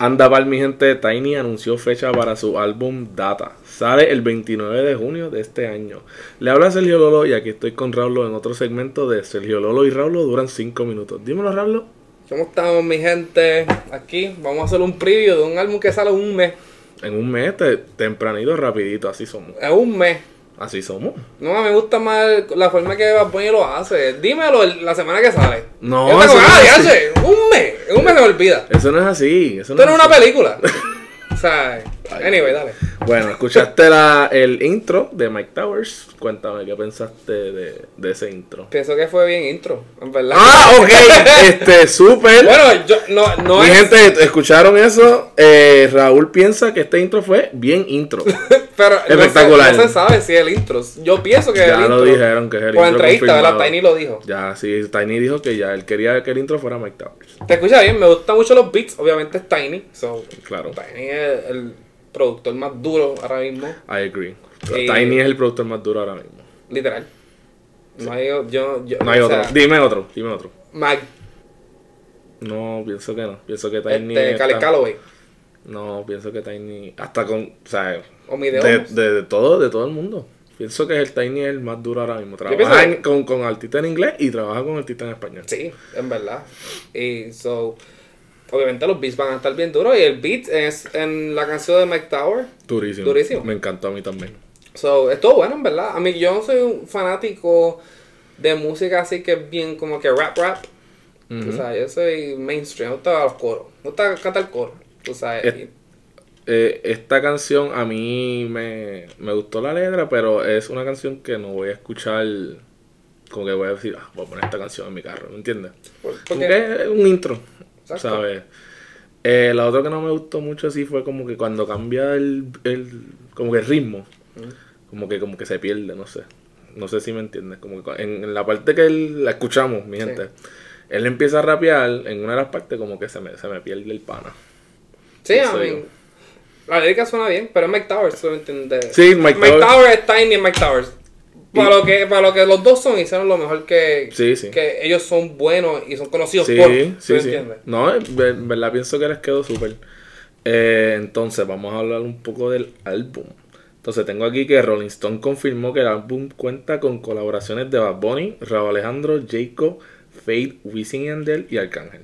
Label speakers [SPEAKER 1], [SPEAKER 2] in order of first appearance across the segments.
[SPEAKER 1] Andaval, mi gente de Tiny, anunció fecha para su álbum Data. Sale el 29 de junio de este año. Le habla Sergio Lolo y aquí estoy con Raulo en otro segmento de Sergio Lolo y Raulo duran 5 minutos. Dímelo, Raulo.
[SPEAKER 2] ¿Cómo estamos, mi gente? Aquí vamos a hacer un preview de un álbum que sale en un mes.
[SPEAKER 1] En un mes, te- tempranito, rapidito, así somos.
[SPEAKER 2] En un mes.
[SPEAKER 1] Así somos.
[SPEAKER 2] No, me gusta más la forma que Bad Bunny lo hace. Dímelo el- la semana que sale.
[SPEAKER 1] No,
[SPEAKER 2] Yo me
[SPEAKER 1] eso
[SPEAKER 2] acuerdo,
[SPEAKER 1] no
[SPEAKER 2] ah,
[SPEAKER 1] es
[SPEAKER 2] ya
[SPEAKER 1] así.
[SPEAKER 2] sé, un mes. En un mes se me olvida.
[SPEAKER 1] Eso no es así. Eso no
[SPEAKER 2] Esto no
[SPEAKER 1] es
[SPEAKER 2] es una
[SPEAKER 1] así.
[SPEAKER 2] película. o sea,
[SPEAKER 1] Ay.
[SPEAKER 2] anyway, dale.
[SPEAKER 1] Bueno, escuchaste la, el intro de Mike Towers. Cuéntame qué pensaste de, de ese intro.
[SPEAKER 2] Pienso que fue bien intro, en verdad.
[SPEAKER 1] Ah, ok. Este, súper.
[SPEAKER 2] Bueno, yo no, no
[SPEAKER 1] Mi
[SPEAKER 2] es.
[SPEAKER 1] gente, ¿escucharon eso? Eh, Raúl piensa que este intro fue bien intro.
[SPEAKER 2] pero no se-
[SPEAKER 1] espectacular.
[SPEAKER 2] No se, sabe si es el intro. Yo pienso que es el
[SPEAKER 1] ya
[SPEAKER 2] intro.
[SPEAKER 1] lo dijeron que es el
[SPEAKER 2] Por
[SPEAKER 1] intro
[SPEAKER 2] entrevista,
[SPEAKER 1] confirmado.
[SPEAKER 2] ¿verdad? Tiny lo dijo.
[SPEAKER 1] Ya, sí, Tiny dijo que ya él quería que el intro fuera Mike Towers.
[SPEAKER 2] Te escucha bien, me gustan mucho los beats. Obviamente es Tiny. So,
[SPEAKER 1] Claro,
[SPEAKER 2] Tiny es el productor más duro ahora mismo.
[SPEAKER 1] I agree.
[SPEAKER 2] Eh,
[SPEAKER 1] Tiny es el productor más duro ahora mismo.
[SPEAKER 2] Literal. No hay, o- yo, yo,
[SPEAKER 1] No hay
[SPEAKER 2] o
[SPEAKER 1] otro.
[SPEAKER 2] sea,
[SPEAKER 1] Dime otro, dime otro.
[SPEAKER 2] Mac,
[SPEAKER 1] No, pienso que no. Pienso que Tiny.
[SPEAKER 2] este,
[SPEAKER 1] está-
[SPEAKER 2] Cali Calloway,
[SPEAKER 1] No, pienso que Tiny. Hasta con. O sea,
[SPEAKER 2] o mi
[SPEAKER 1] de,
[SPEAKER 2] de Olmos.
[SPEAKER 1] de- de todo, de todo el mundo. Pienso que el Tiny es el más duro ahora mismo.
[SPEAKER 2] pienso
[SPEAKER 1] Trabaja
[SPEAKER 2] que-
[SPEAKER 1] en- con, con artista en inglés y trabaja con artista en español.
[SPEAKER 2] Sí, en verdad. Y so, obviamente los beats van a estar bien duros. Y el beat es en la canción de Mike Tower.
[SPEAKER 1] Durísimo.
[SPEAKER 2] Durísimo.
[SPEAKER 1] Me encantó a mí también.
[SPEAKER 2] So, es todo bueno, en verdad. A mí, yo no soy un fanático de música así que es bien como que rap, rap.
[SPEAKER 1] Ujú.
[SPEAKER 2] O sea, yo soy mainstream, me gusta los coros. Me gusta cantar coro. Tú sabes.
[SPEAKER 1] Es-
[SPEAKER 2] y-
[SPEAKER 1] Eh, esta canción a mí me, me gustó la letra, pero es una canción que no voy a escuchar. Como que voy a decir, ah, voy a poner esta canción en mi carro, ¿me entiendes?
[SPEAKER 2] por-
[SPEAKER 1] Como
[SPEAKER 2] porque-
[SPEAKER 1] que es un intro,
[SPEAKER 2] Exacto.
[SPEAKER 1] ¿sabes? Eh, la otra que no me gustó mucho así fue como que cuando cambia el, el- como que el ritmo, como que como que se pierde, no sé. No sé si me entiendes. Como que cu- en, en la parte que él- la escuchamos, mi
[SPEAKER 2] Sí.
[SPEAKER 1] gente, él empieza a rapear, en una de las partes como que se me, se me pierde el pana.
[SPEAKER 2] Sí,
[SPEAKER 1] Qué
[SPEAKER 2] I
[SPEAKER 1] sé
[SPEAKER 2] mean, la lírica suena bien, pero es Mike Towers, ¿tú me entiendes?
[SPEAKER 1] Sí, Mike
[SPEAKER 2] Mike
[SPEAKER 1] Towers.
[SPEAKER 2] Towers es Tiny y Mike Towers. Para
[SPEAKER 1] Y-
[SPEAKER 2] lo, que, para lo que los dos son, hicieron lo mejor que,
[SPEAKER 1] Sí, sí.
[SPEAKER 2] que ellos son buenos y son conocidos
[SPEAKER 1] Sí,
[SPEAKER 2] por. ¿tú
[SPEAKER 1] sí,
[SPEAKER 2] me
[SPEAKER 1] sí.
[SPEAKER 2] entiendes?
[SPEAKER 1] No, en ver- en verdad pienso que les quedó súper. Eh, entonces, vamos a hablar un poco del álbum. Entonces, tengo aquí que Rolling Stone confirmó que el álbum cuenta con colaboraciones de Bad Bunny, Raúl Alejandro, Jacob, Fade, Wisin y Yandel y Arcángel.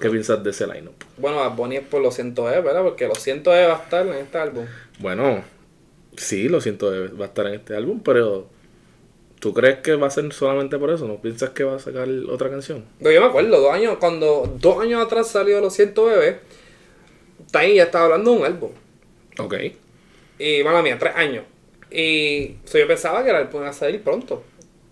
[SPEAKER 1] ¿Qué piensas de ese lineup?
[SPEAKER 2] Bueno, Bad Bunny es por los 100 E, ¿verdad? Porque los 100 E va a estar en este álbum.
[SPEAKER 1] Bueno, sí, lo siento, eh, va a estar en este álbum, pero ¿tú crees que va a ser solamente por eso? ¿No piensas que va a sacar otra canción?
[SPEAKER 2] No, yo me acuerdo, dos años, cuando dos años atrás salió los 100 E, Tiny ya estaba hablando de un álbum.
[SPEAKER 1] Ok.
[SPEAKER 2] Y, mala mía, tres años. Y so, yo pensaba que el álbum iba a salir pronto.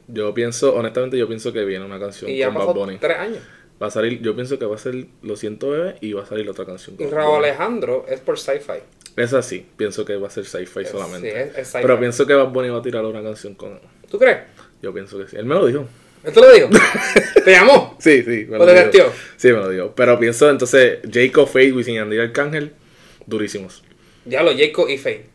[SPEAKER 1] Yo pienso, honestamente, yo pienso que viene una canción
[SPEAKER 2] Y ya
[SPEAKER 1] con Bad
[SPEAKER 2] pasó
[SPEAKER 1] Bunny.
[SPEAKER 2] tres años.
[SPEAKER 1] Va a salir, yo pienso que va a ser Lo siento bebé y va a salir otra canción.
[SPEAKER 2] Y
[SPEAKER 1] con
[SPEAKER 2] Raúl
[SPEAKER 1] Bad Bunny.
[SPEAKER 2] Alejandro es por sci-fi.
[SPEAKER 1] Esa sí, pienso que va a ser sci-fi solamente.
[SPEAKER 2] Sí, es, es sci-fi.
[SPEAKER 1] Pero pienso que Bad Bunny va a tirar una canción con él.
[SPEAKER 2] ¿Tú crees?
[SPEAKER 1] Yo pienso que sí. Él me lo dijo.
[SPEAKER 2] ¿Esto lo dijo? ¿Te llamó?
[SPEAKER 1] Sí, sí. Me
[SPEAKER 2] ¿O te testió?
[SPEAKER 1] Sí, me lo dijo. Pero pienso entonces, Jacob Fade, Wisin y Andy Arcángel, durísimos.
[SPEAKER 2] Ya lo Jacob y Faye.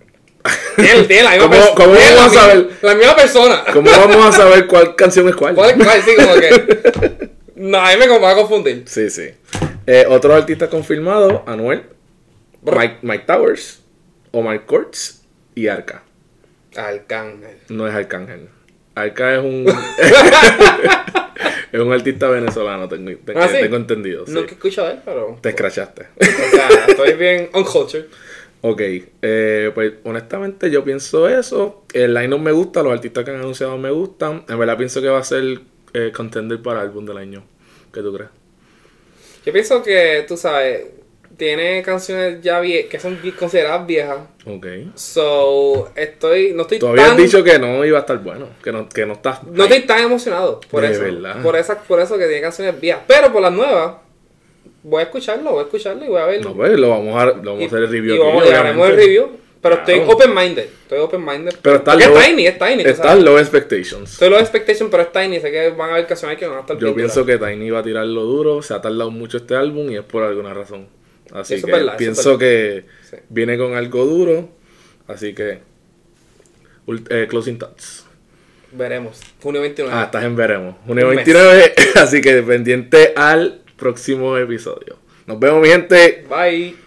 [SPEAKER 2] Él, tiene la misma
[SPEAKER 1] ¿Cómo-
[SPEAKER 2] perso-
[SPEAKER 1] cómo
[SPEAKER 2] tiene la
[SPEAKER 1] vamos a
[SPEAKER 2] misma- La misma persona.
[SPEAKER 1] ¿Cómo vamos a saber cuál canción es cuál?
[SPEAKER 2] ¿Cuál es cuál? Sí, como que. No, a mí me como va a confundir.
[SPEAKER 1] Sí, sí. Eh, otros artistas confirmados, Anuel,
[SPEAKER 2] Brr.
[SPEAKER 1] Mike, Mike Towers, Omar Courtz y Arca.
[SPEAKER 2] Arcángel.
[SPEAKER 1] No es Arcángel. Arca es un. es un artista venezolano, tengo, te-
[SPEAKER 2] ¿Ah, sí?
[SPEAKER 1] tengo entendido. sí.
[SPEAKER 2] Nunca he escuchado de él, pero.
[SPEAKER 1] Te escrachaste.
[SPEAKER 2] O sea, estoy bien on culture.
[SPEAKER 1] ok, eh, pues honestamente yo pienso eso. El line me gusta, los artistas que han anunciado me gustan. En verdad pienso que va a ser eh, contender para álbum del año. ¿Qué tú crees?
[SPEAKER 2] Yo pienso que, tú sabes, tiene canciones ya vie que son bien consideradas viejas.
[SPEAKER 1] Ok.
[SPEAKER 2] So, estoy. No estoy
[SPEAKER 1] Tú habías
[SPEAKER 2] tan.
[SPEAKER 1] dicho que no iba a estar bueno, que no, que no estás.
[SPEAKER 2] No estoy tan emocionado por
[SPEAKER 1] De
[SPEAKER 2] eso.
[SPEAKER 1] verdad.
[SPEAKER 2] Por esas, por eso que tiene canciones viejas. Pero por las nuevas, voy a escucharlo, voy a escucharlo y voy a verlo.
[SPEAKER 1] No, pues lo vamos a, lo vamos
[SPEAKER 2] Y-
[SPEAKER 1] a hacer el review
[SPEAKER 2] y
[SPEAKER 1] aquí,
[SPEAKER 2] vamos, y haremos el
[SPEAKER 1] obviamente.
[SPEAKER 2] review. Pero
[SPEAKER 1] Claro.
[SPEAKER 2] estoy open minded. Estoy open minded.
[SPEAKER 1] Pero está low,
[SPEAKER 2] es tiny, es tiny. tú
[SPEAKER 1] está
[SPEAKER 2] sabes.
[SPEAKER 1] low expectations.
[SPEAKER 2] Estoy low expectation, pero es tiny. Sé que van a haber canciones que van a estar
[SPEAKER 1] Yo
[SPEAKER 2] bien duras.
[SPEAKER 1] pienso que Tiny va a tirar lo duro, se ha tardado mucho este álbum y es por alguna razón. Así
[SPEAKER 2] Eso es
[SPEAKER 1] que
[SPEAKER 2] verdad, eso es
[SPEAKER 1] pienso que
[SPEAKER 2] Sí.
[SPEAKER 1] viene con algo duro, así que ul- eh, closing thoughts.
[SPEAKER 2] Veremos. Junio 29.
[SPEAKER 1] Ah, estás en veremos. Junio
[SPEAKER 2] Un mes.
[SPEAKER 1] 29, así que pendiente al próximo episodio. Nos vemos, mi gente.
[SPEAKER 2] Bye.